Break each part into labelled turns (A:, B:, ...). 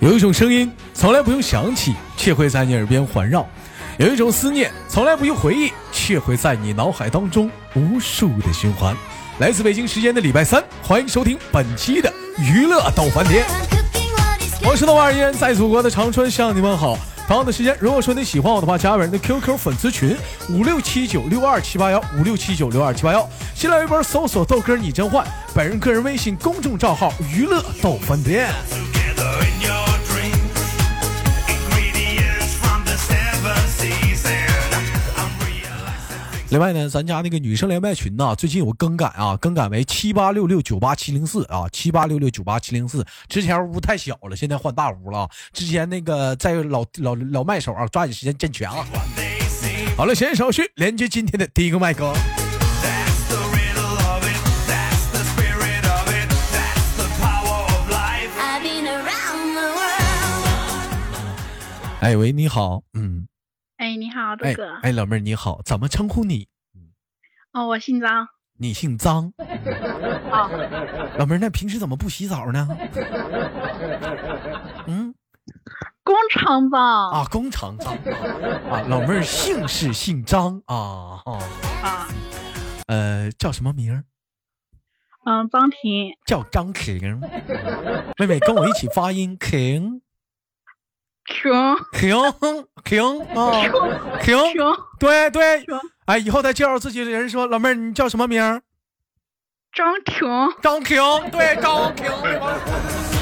A: 有一种声音从来不用想起，却会在你耳边环绕；有一种思念从来不用回忆，却会在你脑海当中无数的循环。来自北京时间的礼拜三，欢迎收听本期的娱乐逗翻天。我是豆瓣儿，依然在祖国的长春向你们好。同样的时间，如果说你喜欢我的话，加本人的 QQ 粉丝群五六七九六二七八幺五六七九六二七八幺，新浪微博搜索豆哥你真坏，本人个人微信公众账号娱乐逗翻天。
B: Together in your dreams, ingredients from the seven seas, and I'm realizing
A: 另外呢，咱家那个女生连麦群呢，最近有个更改啊，更改为七八六六九八七零四啊，七八六六九八七零四。之前屋太小了，现在换大屋了啊。之前那个在老老老麦手啊，抓紧时间建全啊。
B: what they see.
A: 好了，闲言少叙，连接今天的第一个麦克。
B: That's the riddle of it. That's the spirit of it. That's the power of life.
C: I've been around the world.
A: 哎喂，你好，嗯，
D: 哎，你好，豆
A: 哎
D: 哥。
A: 哎，老妹儿你好，怎么称呼你？
D: 哦，我姓张。
A: 你姓张，
D: 哦，
A: 老妹儿，那平时怎么不洗澡 呢？嗯
D: 工厂吧。
A: 啊， 工厂张啊，老妹儿姓氏姓张啊啊，
D: 啊，
A: 呃，叫什么名儿？
D: 嗯，张婷，
A: 叫张婷，妹妹跟我一起发音，婷
D: 穷
A: 婷婷啊，婷，
D: 穷
A: 对对
D: 婷，
A: 哎，以后再介绍自己的人说，老妹儿你叫什么名儿？
D: 张婷，
A: 张婷，对，张婷。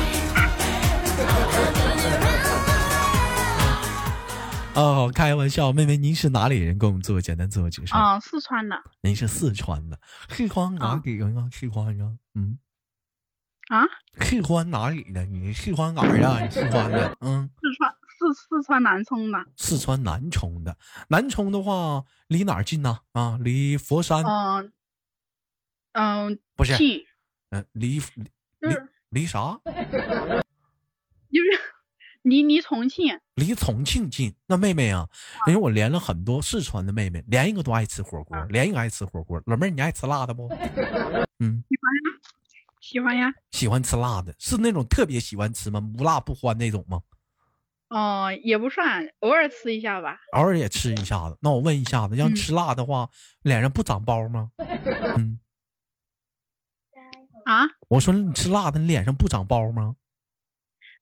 A: 哦，开玩笑，妹妹，您是哪里人？给我们做个简单自我介绍。
D: 嗯，四川的。
A: 您是四川的，四川哪里人啊？四川啊，嗯，
D: 啊，
A: 四川哪里的？你是四川哪儿的？你四川的，嗯，
D: 四川四四川南充的。
A: 四川南充的。南充的话，离哪儿近呢？啊，离佛山，嗯、
D: 嗯嗯，
A: 不是呃
D: 近
A: 离
D: 就
A: 离
D: 是
A: 离啥？
D: 就是 离离重庆。
A: 离重庆近。那妹妹啊，因为我连了很多四川的妹妹，连一个都爱吃火锅，连一个爱吃火锅。老妹儿，你爱吃辣的不？嗯，
D: 喜欢呀。
A: 喜欢吃辣的，是那种特别喜欢吃吗？无辣不欢那种吗？
D: 哦，也不算，偶尔吃一下吧。
A: 偶尔也吃一下子。那我问一下子，要
D: 嗯
A: 吃辣的话，脸上不长包吗？嗯，
D: 啊，
A: 我说你吃辣的，你脸上不长包吗？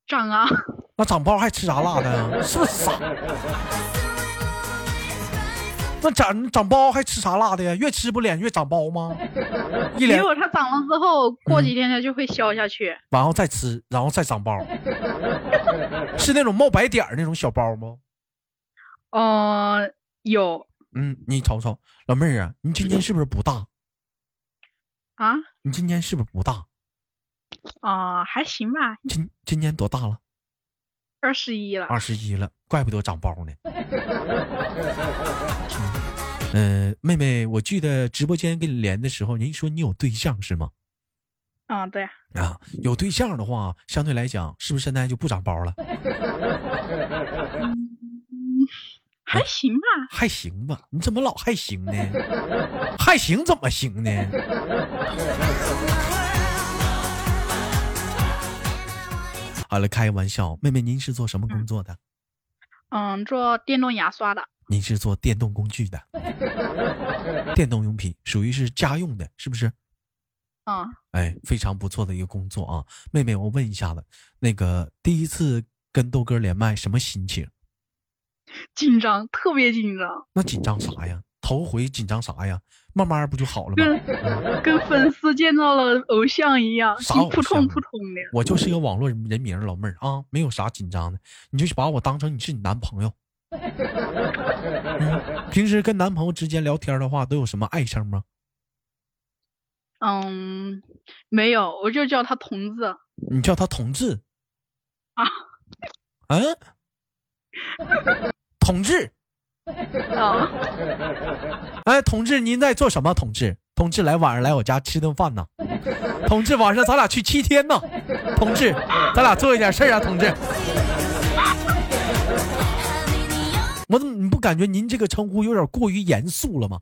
D: 长啊。
A: 那长包还吃啥辣的呀？是不是傻？那长长包还吃啥辣的呀？越吃不脸越长包吗？一
D: 结
A: 脸
D: 果它长了之后，过
A: 嗯
D: 几天它就会消下去。
A: 然后再吃，然后再长包，是那种冒白点儿那种小包吗？
D: 嗯，有
A: 嗯，你瞅瞅，老妹儿啊，你今天是不是不大？
D: 啊。
A: 你今天是不是不大？
D: 哦，还行吧，
A: 今今年多大了？
D: 二十一了。
A: 二十一了，怪不得长包呢。嗯、呃妹妹，我记得直播间跟你连的时候，您说你有对象是吗？
D: 嗯，对，
A: 啊，有对象的话，相对来讲，是不是现在就不长包了？
D: 还行吧。
A: 还行吧？你怎么老还行呢？还行怎么行呢？好了，开玩笑，妹妹，您是做什么工作的？
D: 嗯，做电动牙刷的。
A: 您是做电动工具的，电动用品属于是家用的，是不是？
D: 嗯，
A: 哎，非常不错的一个工作啊，妹妹，我问一下子，那个第一次跟豆哥连麦，什么心情？
D: 紧张，特别紧张，
A: 那紧张啥呀？头回紧张啥呀？慢慢不就好了吗？嗯
D: 跟粉丝见到了偶像一样，
A: 啥
D: 心
A: 偶
D: 扑
A: 像
D: 通扑通的。
A: 我就是一个网络人名儿老妹儿啊，没有啥紧张的，你就把我当成你是你男朋友。 嗯，平时跟男朋友之间聊天的话，都有什么爱称吗？
D: 嗯，没有，我就叫他同志。
A: 你叫他同志
D: 啊？
A: 嗯，同志，
D: 啊，
A: 哎，同志，您在做什么？同志，同志来晚上来我家吃顿饭呐。同志，晚上咱俩去七天呐。同志，咱俩做一点事儿啊，同志。我怎么你不感觉您这个称呼有点过于严肃了吗？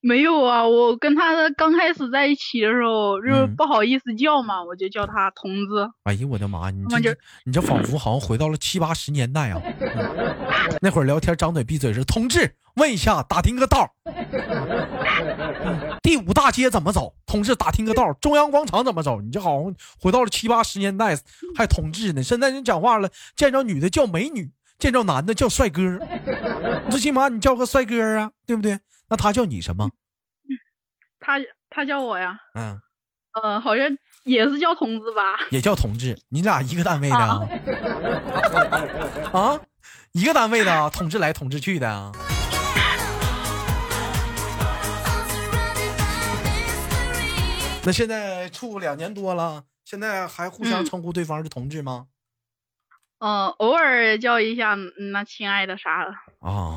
D: 没有啊，我跟他刚开始在一起的时候，就是
A: 嗯
D: 不好意思叫嘛，我就叫他童子。
A: 哎呀，我的妈！你
D: 我
A: 这
D: 就
A: 你这仿佛好像回到了七八十年代啊！嗯那会儿聊天张嘴闭嘴是同志，问一下打听个道儿、嗯第五大街怎么走？同志打听个道儿，中央广场怎么走？你这好像回到了七八十年代还同志呢。现在人讲话了，见着女的叫美女，见着男的叫帅哥，你最起码你叫个帅哥啊，对不对？那他叫你什么？
D: 他他叫我呀，
A: 嗯，
D: 呃，好像也是叫童子吧？
A: 也叫同志，你俩一个单位的啊？啊，一个单位的啊，同志来同志去的啊？那现在处两年多了，现在还互相
D: 嗯
A: 称呼对方是同志吗？
D: 嗯、偶尔叫一下嗯那亲爱的啥的。
A: 啊，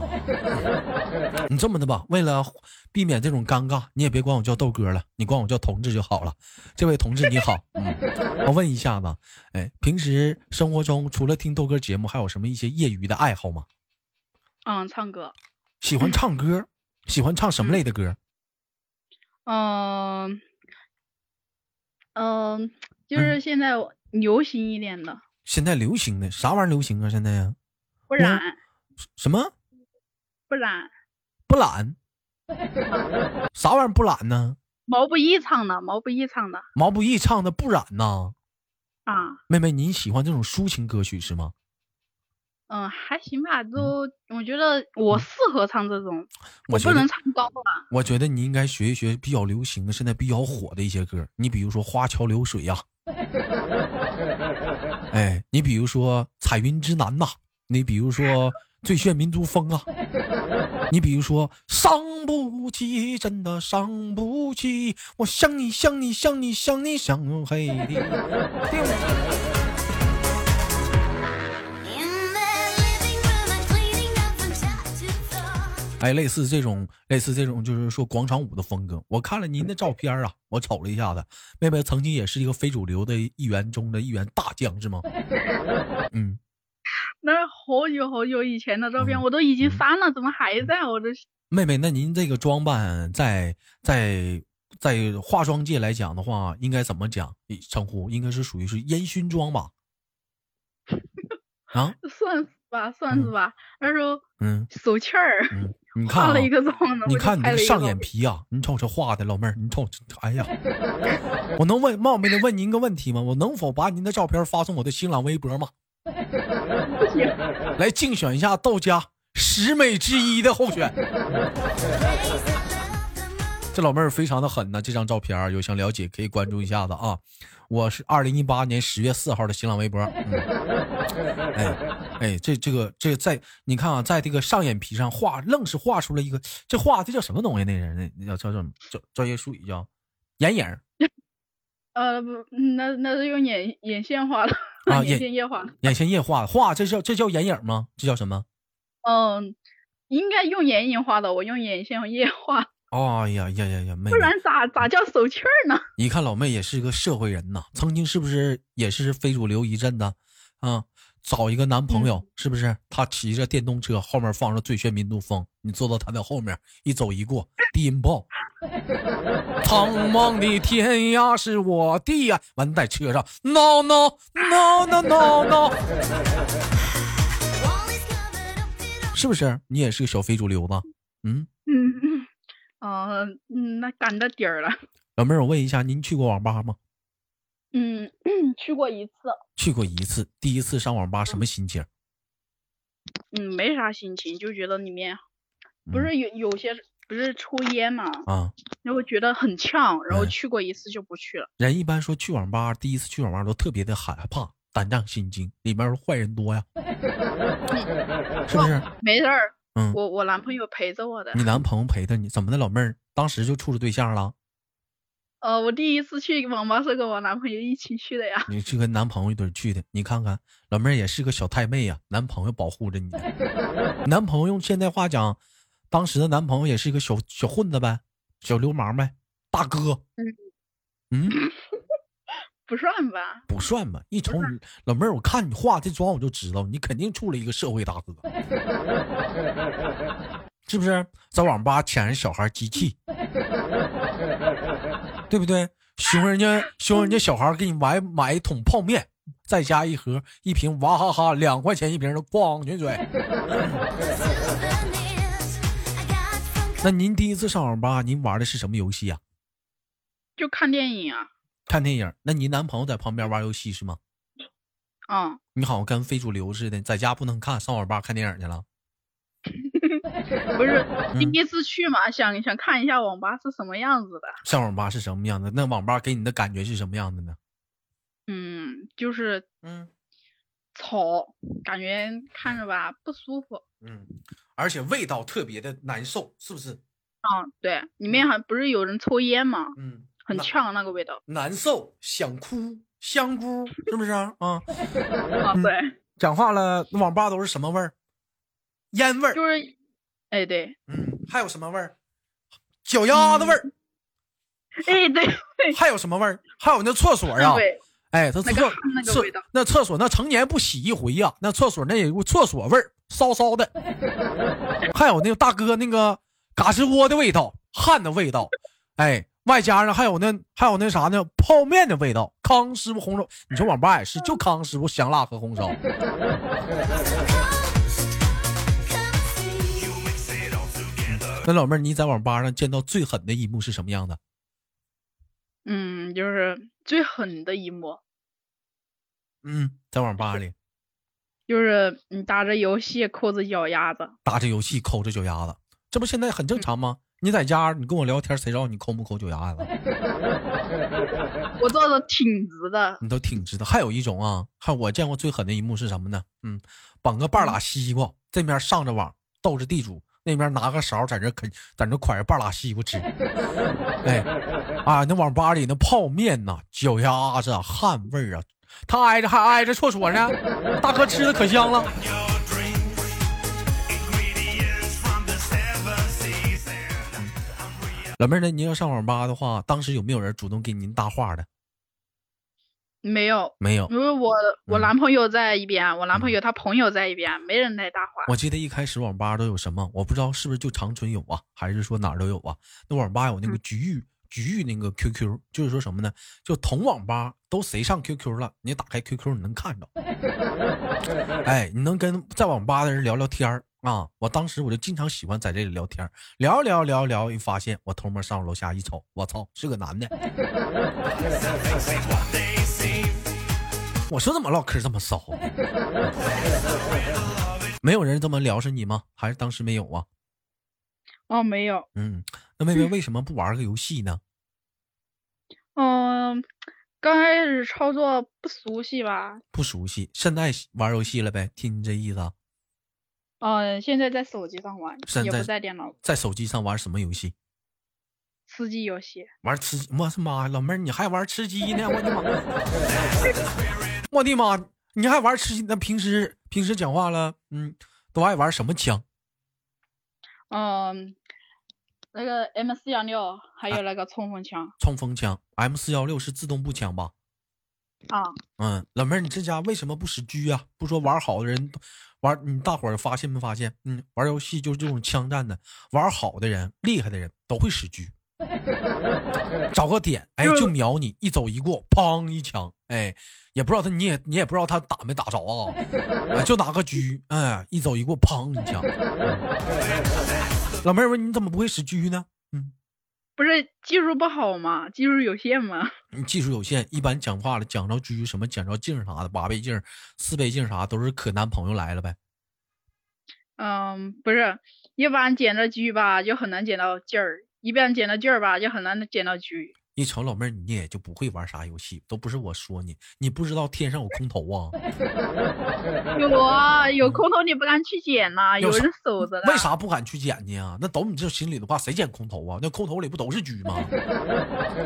A: 你这么的吧，为了避免这种尴尬，你也别管我叫豆哥了，你管我叫同志就好了。这位同志你好，嗯，我问一下子，哎，平时生活中除了听豆哥节目，还有什么一些业余的爱好吗？
D: 嗯，唱歌。
A: 喜欢唱歌，喜欢唱什么类的歌？
D: 嗯、嗯、就是现在我流行一点的，
A: 现在流行的啥玩意儿流行啊？现在呀，
D: 不然、
A: 什么
D: 不然
A: 不懒？啥玩意儿不懒呢？
D: 毛不易唱的，毛不易唱的
A: 毛不易唱的不染呐。
D: 啊。
A: 妹妹，你喜欢这种抒情歌曲是吗？
D: 嗯，还行吧，都我觉得我适合唱这种，
A: 嗯我觉
D: 不
A: 得
D: 能唱高啊吧。
A: 我觉得你应该学一学比较流行的、现在比较火的一些歌，你比如说《花桥流水》呀， 哎，你比如说《彩云之南》呐，你比如说《最炫民族风》 啊，你比如说“伤不起”，真的伤不起，我想你想你想你想你想入黑的。哎，类似这种，类似这种，就是说广场舞的风格。我看了您的照片啊，我瞅了一下子，妹妹曾经也是一个非主流的一员中的一员大将，是吗？ 嗯，
D: 那好久好久以前的照片，
A: 嗯
D: 我都已经
A: 嗯
D: 删了，怎么还在？我都
A: 妹妹，那您这个装扮在在在化妆界来讲的话，应该怎么讲称呼？应该是属于是烟熏妆吧？ 啊，
D: 算是吧，算是
A: 嗯
D: 吧。那时候
A: 嗯
D: 手欠儿，
A: 嗯，你看、
D: 画
A: 啊，
D: 了一个妆呢，
A: 你
D: 我就
A: 看你
D: 拍
A: 这
D: 了
A: 个
D: 一
A: 上
D: 照
A: 眼
D: 片
A: 皮呀、你瞅这画的，老妹儿，你瞅这，哎呀，我能问冒昧的问您一个问题吗？我能否把您的照片发送我的新浪微博吗？
D: 不 行，
A: 来竞选一下豆家十美之一的候选。这老妹儿非常的狠呐、这张照片儿有想了解可以关注一下子啊。我是二零一八年十月四号的新浪微博。嗯、哎哎，这这个这在你看啊，在这个上眼皮上画，愣是画出了一个这画这叫什么东西？那人那那叫叫什么？叫专业术语叫眼影儿
D: 呃，不，那那是用眼眼线画的，
A: 啊眼
D: 眼线液画的。
A: 眼线液画画，这叫这叫眼影儿吗？这叫什么？
D: 嗯，应该用眼影画的，我用眼线液画，
A: 哦哎呀呀呀呀！妹
D: 不
A: 妹。
D: 然咋咋叫手气儿呢？
A: 一看老妹也是个社会人呐，曾经是不是也是非主流一阵子？啊，找一个男朋友、是不是？他骑着电动车，后面放着《最炫民族风》，你坐到他的后面，一走一过，低音炮。苍茫的天涯是我的呀，完在车上，no no no no no no，是不是？你也是个小非主流吧？嗯，
D: 嗯，哦、嗯，那赶到底儿了。
A: 老妹儿，我问一下，您去过网吧吗？
D: 嗯， 去过一次，
A: 去过一次，第一次上网吧什么心情？
D: 嗯，没啥心情，就觉得里面不
A: 嗯
D: 是有有些不是抽烟嘛，
A: 啊，
D: 然后觉得很呛，然后
A: 嗯
D: 去过一次就不去了。
A: 人一般说去网吧，第一次去网吧都特别的害怕、胆战心惊，里面坏人多呀，是不是？
D: 没事儿，
A: 嗯
D: 我我男朋友陪着我的
A: 你。男朋友陪着你，怎么的，老妹儿？当时就处着对象了？
D: 呃，我第一次去网吧是跟我男朋友一起去的呀。
A: 你是跟男朋友一堆去的？你看看，老妹儿也是个小太妹呀、男朋友保护着你，男朋友用现代话讲，当时的男朋友也是一个小小混子呗，小流氓呗，大哥。嗯，
D: 不算吧，
A: 不算吧？一瞅你老妹儿，我看你化这妆，我就知道你肯定处了一个社会大哥。是不是？在网吧抢人小孩机器，对不对？熊人家熊人家小孩给你买买一桶泡面，再加一盒一瓶娃哈哈，两块钱一瓶的咣全水。那您第一次上网吧，您玩的是什么游戏呀、
D: 就看电影啊，
A: 看电影。那您男朋友在旁边玩游戏是吗？
D: 嗯，
A: 你好像跟非主流似的，在家不能看，上网吧看电影去了。
D: 不是
A: 嗯
D: 第一次去嘛，想想看一下网吧是什么样子的，
A: 上网吧是什么样的？那网吧给你的感觉是什么样的呢？
D: 嗯，就是
A: 嗯
D: 吵，感觉看着吧不舒服，
A: 嗯，而且味道特别的难受，是不是？
D: 嗯，对，里面还不是有人抽烟嘛，
A: 嗯，
D: 很
A: 那
D: 呛那个味道，
A: 难受，想哭，香菇，是不是啊？啊
D: 啊，对，
A: 讲话了，那网吧都是什么味儿？烟味儿，
D: 就是，哎对，
A: 嗯，还有什么味儿？脚丫子味儿，
D: 哎嗯对，
A: 还有什么味儿？还有那厕所啊，
D: 对，
A: 哎，他厕
D: 那个汗那个
A: 厕
D: 味道
A: 那厕所那成年不洗一回呀、那厕所那也有厕所味儿，骚骚 的，还有那个大哥那个嘎吱窝的味道，汗的味道，哎，外加上还有那还有那啥呢，泡面的味道，康师傅红烧，你说网吧也是，就康师傅香辣和红烧，
B: You mix it all together.
A: 那老妹儿你在网吧上见到最狠的一幕是什么样的？
D: 嗯，就是最狠的一幕，
A: 嗯，在网吧里
D: 就是你打着游戏抠着脚丫子，
A: 打着游戏抠着脚丫子，这不现在很正常吗？你在家你跟我聊天，谁知道你抠不抠脚丫子？
D: 我坐的挺直的，
A: 你都挺知道。还有一种啊，看我见过最狠的一幕是什么呢？嗯，绑个半拉西瓜，这面上着网斗着地主，那边拿个勺在这啃，在这蒯着半拉西瓜吃。哎，啊，那网吧里那泡面呐、脚丫子啊、汗味儿啊，他挨着还挨着厕所呢。大哥吃的可香了。
B: Your drink. Ingredients from the seven seas. And I'm real.
A: 老妹儿呢，您要上网吧的话，当时有没有人主动给您搭话的？
D: 没有，
A: 没有。
D: 因为我我
A: 嗯
D: 男朋友在一边，我男朋
A: 嗯
D: 友他朋友在一边，没人来搭话。
A: 我记得一开始网吧都有什么，我不知道是不是就长春有啊，还是说哪儿都有啊？那网吧有那个局域、局域那个 QQ，就是说什么呢？就同网吧都谁上 QQ 了，你打开 QQ 你能看着，哎，你能跟在网吧的人聊聊天儿啊。我当时我就经常喜欢在这里聊天儿，聊聊聊聊，一发现我偷摸上楼下一瞅，我操，是个男的。
B: They see
A: 我说怎么唠嗑这么骚？啊 没有人这么聊是你吗？还是当时没有啊？
D: 哦，没有，
A: 嗯，那妹妹为什么不玩个游戏呢？
D: 嗯，刚开始操作不熟悉吧，
A: 不熟悉，现在喜玩游戏了呗？听你这意思，啊，
D: 嗯，现在在手机上玩
A: 现，
D: 也
A: 啊在
D: 不在电脑，
A: 在手机上玩什么游戏？
D: 吃鸡游戏。
A: 玩吃鸡？我的妈呀，老妹儿你还玩吃鸡呢？我的妈！ 我的妈！你还玩吃鸡？那平时平时讲话了，嗯，都爱玩什么枪？
D: 嗯，那个 M 四幺六，还有那个冲锋枪
A: 冲锋枪，M 四幺六是自动步枪吧？
D: 啊，
A: 嗯，老妹儿，你这家为什么不识狙啊？不说玩好的人都，玩你大伙儿发现没发现？嗯，玩游戏就是这种枪战的，玩好的人、厉害的人都会使狙，找个点，哎，就瞄你，一走一过，砰一枪，哎，也不知道他，你也你也不知道他打没打着啊， 哎就拿个狙，哎，一走一过，砰一枪。 老妹儿问你怎么不会使狙呢？嗯，
D: 不是技术不好嘛，技术有限嘛。
A: 你技术有限，一般讲话了，讲着狙什么，讲着镜啥的，八倍镜、四倍镜啥，都是可男朋友来了呗。
D: 嗯，不是，一般捡到狙吧就很难捡到劲儿，一般捡到劲儿吧就很难捡到狙。
A: 一瞅老妹儿，你也就不会玩啥游戏，都不是我说你，你不知道天上有空投 啊？
D: 有啊，有空投你不敢去捡呐、
A: 有
D: 有
A: 啥
D: 人守着的。
A: 为？啥不敢去捡去啊？那懂你这心里的话，谁捡空投啊？那空投里不都是狙吗？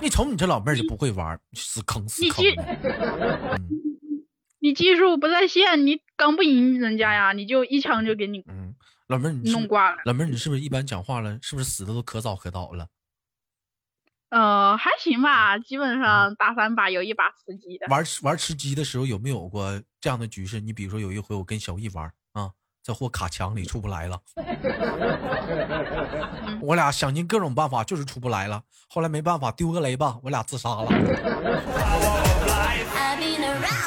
A: 一瞅你这老妹儿就不会玩，死坑死
D: 你
A: 坑
D: 去
A: 的。嗯
D: 你技术不在线，你刚不赢人家呀，你就一枪就给你
A: 嗯，老妹儿你是不
D: 弄挂了。
A: 老妹儿你是不是一般讲话了？是不是死的都可早可早了？
D: 呃，还行吧，基本上打三把有一把吃鸡的。
A: 玩吃玩吃鸡的时候有没有过这样的局势？你比如说有一回我跟小易玩啊，这货卡墙里出不来了。我俩想尽各种办法，就是出不来了。后来没办法，丢个雷吧，我俩自杀了。
C: I've been around the world.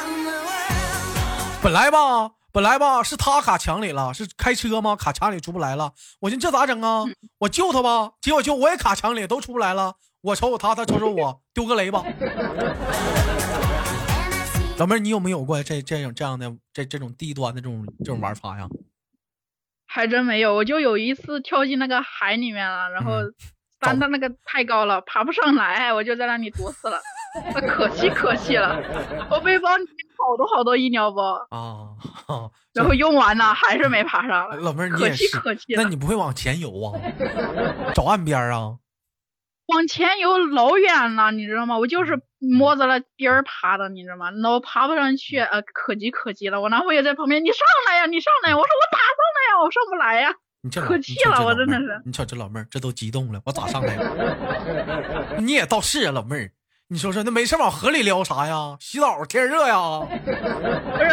A: 本来吧，本来吧，是他卡墙里了，是开车吗？卡墙里出不来了。我寻思这咋整啊？我救他吧，结果救我也卡墙里，都出不来了。我瞅瞅他，他瞅瞅我，丢个雷吧。
C: And I see
A: 老妹儿，你有没有过这这种这样的这这种低端的这种这种玩法呀？
D: 还真没有，我就有一次跳进那个海里面了，然后
A: 嗯
D: 但
A: 找
D: 它那个太高了，爬不上来，我就在那里躲 死了，那可惜可惜了，我背包里面好多好多医疗包，
A: 啊，
D: 然后用完了还是没爬上来，
A: 老妹儿你
D: 可
A: 也
D: 惜
A: 是
D: 可惜，
A: 那
D: 了。
A: 你不会往前游啊？ 找岸边儿啊？
D: 往前游老远了，你知道吗？我就是摸着了边儿爬的，你知道吗？老爬不上去，呃，可急可急了。我男朋友在旁边，你上来呀，你上来呀！我说我咋上来呀？我上不来呀。
A: 你这老
D: 可
A: 你
D: 气
A: 瞅这
D: 了
A: 老
D: 我真
A: 妹儿
D: 的是
A: 你瞅这老妹儿，这都激动了，我咋上来呀？ 你也倒是啊，老妹儿，你说说，那没事往河里撩啥呀？洗澡啊天热呀？ 嗯
D: 不是，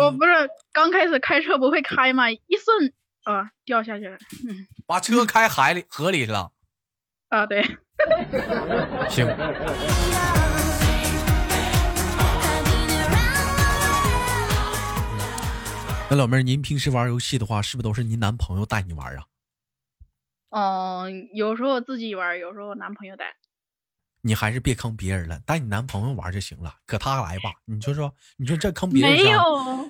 D: 我不是刚开始开车不会开嘛，一瞬啊、掉下去了。嗯
A: 把车开海里河里了。
D: 啊，对，
A: 行，
C: I've been around the world.
A: 那老妹儿，您平时玩游戏的话，是不是都是您男朋友带你玩啊？
D: 嗯，有时候自己玩，有时候男朋友带。
A: 你还是别坑别人了，带你男朋友玩就行了，可他来吧。你说说，你啊说这坑别人
D: 没
A: 啥
D: 有，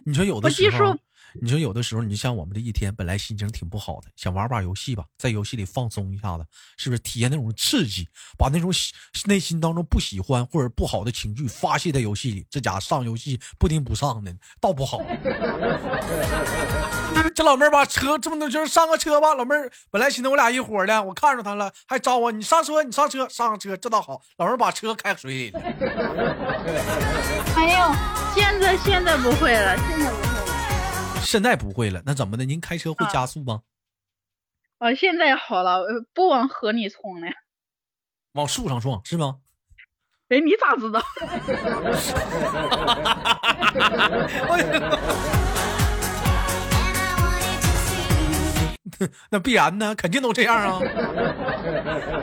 A: 你说有的
D: 我
A: 时
D: 技
A: 候
D: 术，
A: 你说有的时候，你就像我们这一天本来心情挺不好的，想玩把游戏吧，在游戏里放松一下子，是不是体验那种刺激，把那种喜内心当中不喜欢或者不好的情绪发泄在游戏里？这家上游戏不听不上的，倒不好。这老妹儿吧，车这么多就是上个车吧，老妹儿本来寻思我俩一伙儿的，我看着她了，还招我，你上车，你上车，上车，这倒好，老妹儿把车开水里了。
D: 没有，现在现在不会了，现在不会了。
A: 现在不会了，那怎么的？您开车会
D: 啊
A: 加速吗？
D: 啊，现在好了，呃不往河里冲了。
A: 往树上撞是吗？
D: 哎，你咋 知道？
C: And I wanted to see
A: 那必然呢，肯定都这样啊。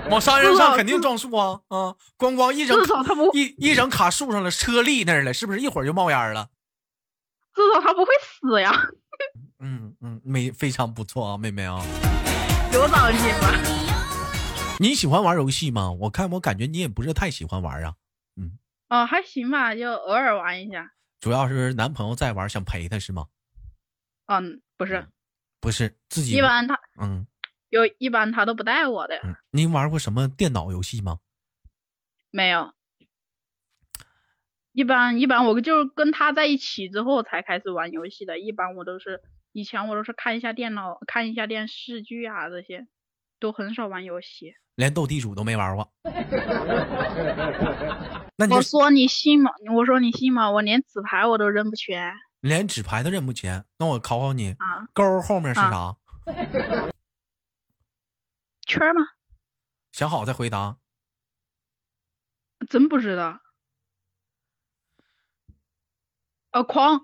A: 往山上上肯定撞树啊啊！咣咣一整
D: 至少他不，
A: 一一整卡树上了，车立那儿了，是不是一会儿就冒烟了？
D: 至少他不会死呀，
A: 嗯嗯，没非常不错啊，妹妹啊，
D: 有长进吧？
A: 你喜欢玩游戏吗？我看我感觉你也不是太喜欢玩啊，
D: 哦，还行吧，就偶尔玩一下。
A: 主要是男朋友在玩，想陪他是吗？
D: 嗯，不是，
A: 不是自己
D: 一般他
A: 嗯
D: 有一般他都不带我的，
A: 嗯，您玩过什么电脑游戏吗？
D: 没有。一般一般我就跟他在一起之后才开始玩游戏的，一般我都是以前我都是看一下电脑、看一下电视剧啊这些，都很少玩游戏。
A: 连斗地主都没玩过。 那你
D: 我
A: 就
D: 说你信吗？我说你信吗？我连纸牌我都扔不全
A: 连纸牌都认不全，那我考考你，
D: 啊，
A: 勾儿后面是
D: 啊
A: 啥？
D: 圈儿吗？
A: 想好再回答。
D: 真不知道。呃，框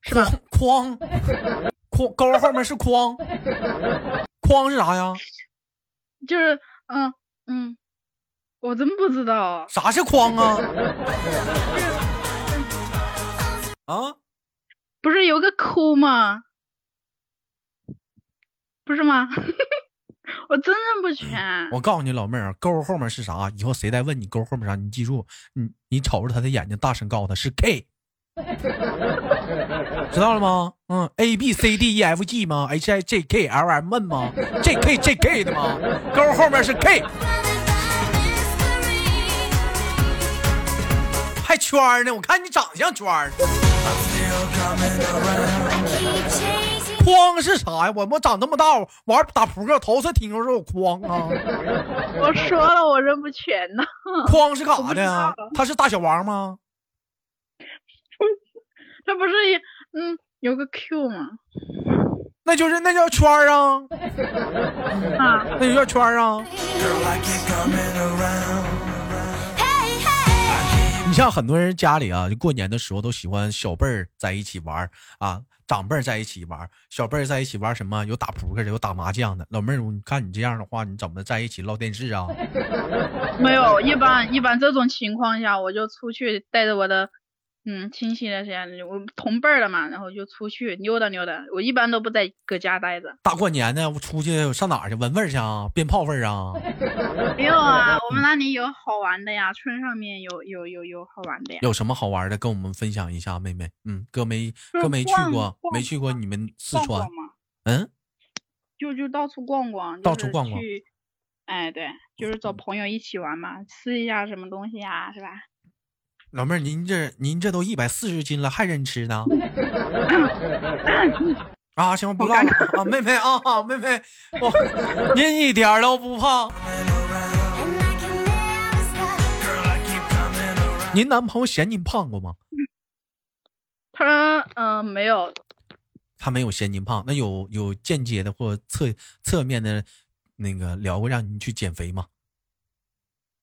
D: 是吧？
A: 框，框勾后面是框，框是啥呀？
D: 就是嗯嗯，我真不知道，
A: 啥是框啊？啊，
D: 不是有个抠吗？不是吗？ 我真认不全。
A: 我告诉你，老妹儿，勾后面是啥？啊以后谁再问你勾后面啥，你记住，你你瞅着他的眼睛，大声告诉他是 K，知道了吗？嗯，A B C D E F G 吗？H I J K L M N 吗？J K J K 的吗？勾后面是 K，
C: Surrounded by mystery.
A: 还圈儿呢？我看你长相圈儿。
C: Keep chasing
A: 框是啥呀？我我长这么大玩打扑克头是听说是有框啊？
D: 我说了，我认不全呢。
A: 框是干啥
D: 嗯我
A: 的
D: 不知
A: 呀
D: 道？
A: 他是大小王吗？
D: 它不是一嗯有个 Q 吗？
A: 那就是那叫圈儿啊，
D: 啊，
A: 那就叫圈儿啊。
B: Like you're coming around.
C: Hey, hey.
A: 你像很多人家里啊，就过年的时候都喜欢小辈儿在一起玩儿啊，长辈儿在一起玩儿，小辈儿在一起玩儿什么？有打扑克的，有打麻将的。老妹儿，你看你这样的话，你怎么在一起唠电视啊？
D: 没有，一般一般这种情况下，我就出去带着我的嗯亲戚那些，我同辈儿的嘛，然后就出去溜达溜达。我一般都不在搁家待着。
A: 大过年的，我出去上哪儿去？闻味儿去啊？鞭炮味儿啊？
D: 没有啊，我们那里有好玩的呀，村上面有有有有好玩的呀。
A: 有什么好玩的跟我们分享一下，妹妹？嗯，哥没
D: 就是
A: 哥没去
D: 逛
A: 过，
D: 逛
A: 没去过你们四
D: 逛
A: 川
D: 逛，嘛，
A: 嗯，
D: 就就到处逛逛，就
A: 到处
D: 是
A: 逛逛嗯
D: 去。哎，对，就是找朋友一起玩嘛，吃一下什么东西呀、是吧？
A: 老妹儿，您这您这都一百四十斤了，还认吃呢？啊，行，不唠了啊啊，妹妹啊，啊妹妹，我您一点儿都不胖。
C: And I can never stop.
B: Girl, I keep coming around.
A: 您男朋友嫌您胖过吗？
D: 他说，嗯、没有，
A: 他没有嫌您胖，那有有间接的或侧侧面的，那个聊过让您去减肥吗？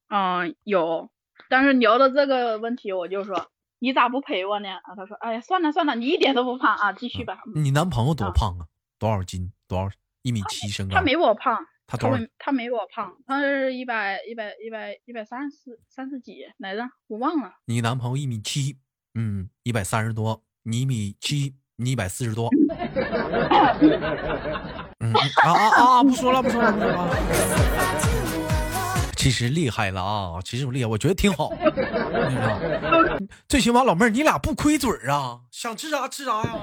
D: 嗯，有，但是聊到这个问题，我就说你咋不陪我呢？啊，他说，哎呀，算了算了，你一点都不胖啊，继续吧。嗯
A: 你男朋友多
D: 啊
A: 胖啊？多少斤？多少一米七身高？
D: 他没我胖，
A: 他
D: 他
A: 多少
D: 没他没我胖，他是一百一百一百一百三十三十几来着，我忘了。
A: 你男朋友一米七，嗯，一百三十多，你一米七，你一百四十多。嗯啊啊啊！不说了，不说了，不说了。其实厉害了啊，其实我厉害，我觉得挺好。你知道吗最起码老妹儿，你俩不亏嘴儿啊，想吃啥吃啥呀。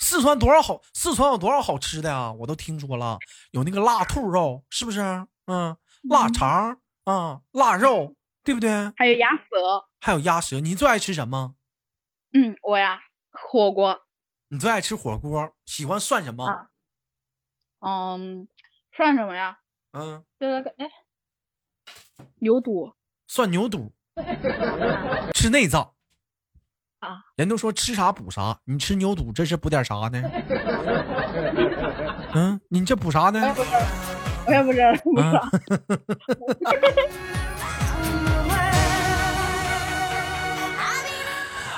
A: 四川多少好，四川有多少好吃的呀？我都听说了，有那个辣兔肉，是不是？嗯，腊肠啊，腊肉，对不对？
D: 还有
A: 嗯
D: 鸭舌，
A: 还有鸭舌，你最爱吃什么？
D: 嗯，我呀，火锅，
A: 你最爱吃火锅，喜欢涮什么？
D: 啊嗯，涮什么呀？
A: 嗯，
D: 就是个哎，牛肚，
A: 涮牛肚，吃内脏。
D: 啊，
A: 人都说吃啥补啥，你吃牛肚这是补点啥呢？ 嗯，你这补啥呢？
D: 我也不 知道，不知道
A: 啊。，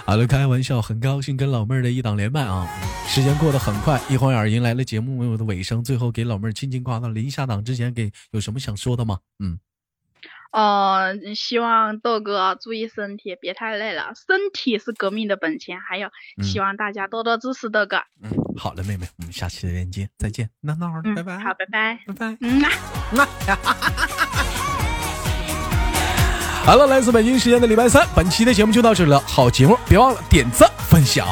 A: 好了，开玩笑，很高兴跟老妹儿的一档连麦啊。时间过得很快，一晃眼儿迎来了节目的尾声。最后给老妹儿轻轻挂断，临下档之前给有什么想说的吗？嗯，
D: 嗯，希望豆哥注意身体，别太累了。身体是革命的本钱，还有
A: 嗯
D: 希望大家多多支持豆哥。
A: 嗯，好了，妹妹，我们下期的连接再见，闹闹儿，
D: 嗯，
A: 拜拜，
D: 好，拜拜。
A: 拜拜。
D: 嗯 啊。
E: 好了，来自北京时间的礼拜三，本期的节目就到这里了。好节目，别忘了点赞分享。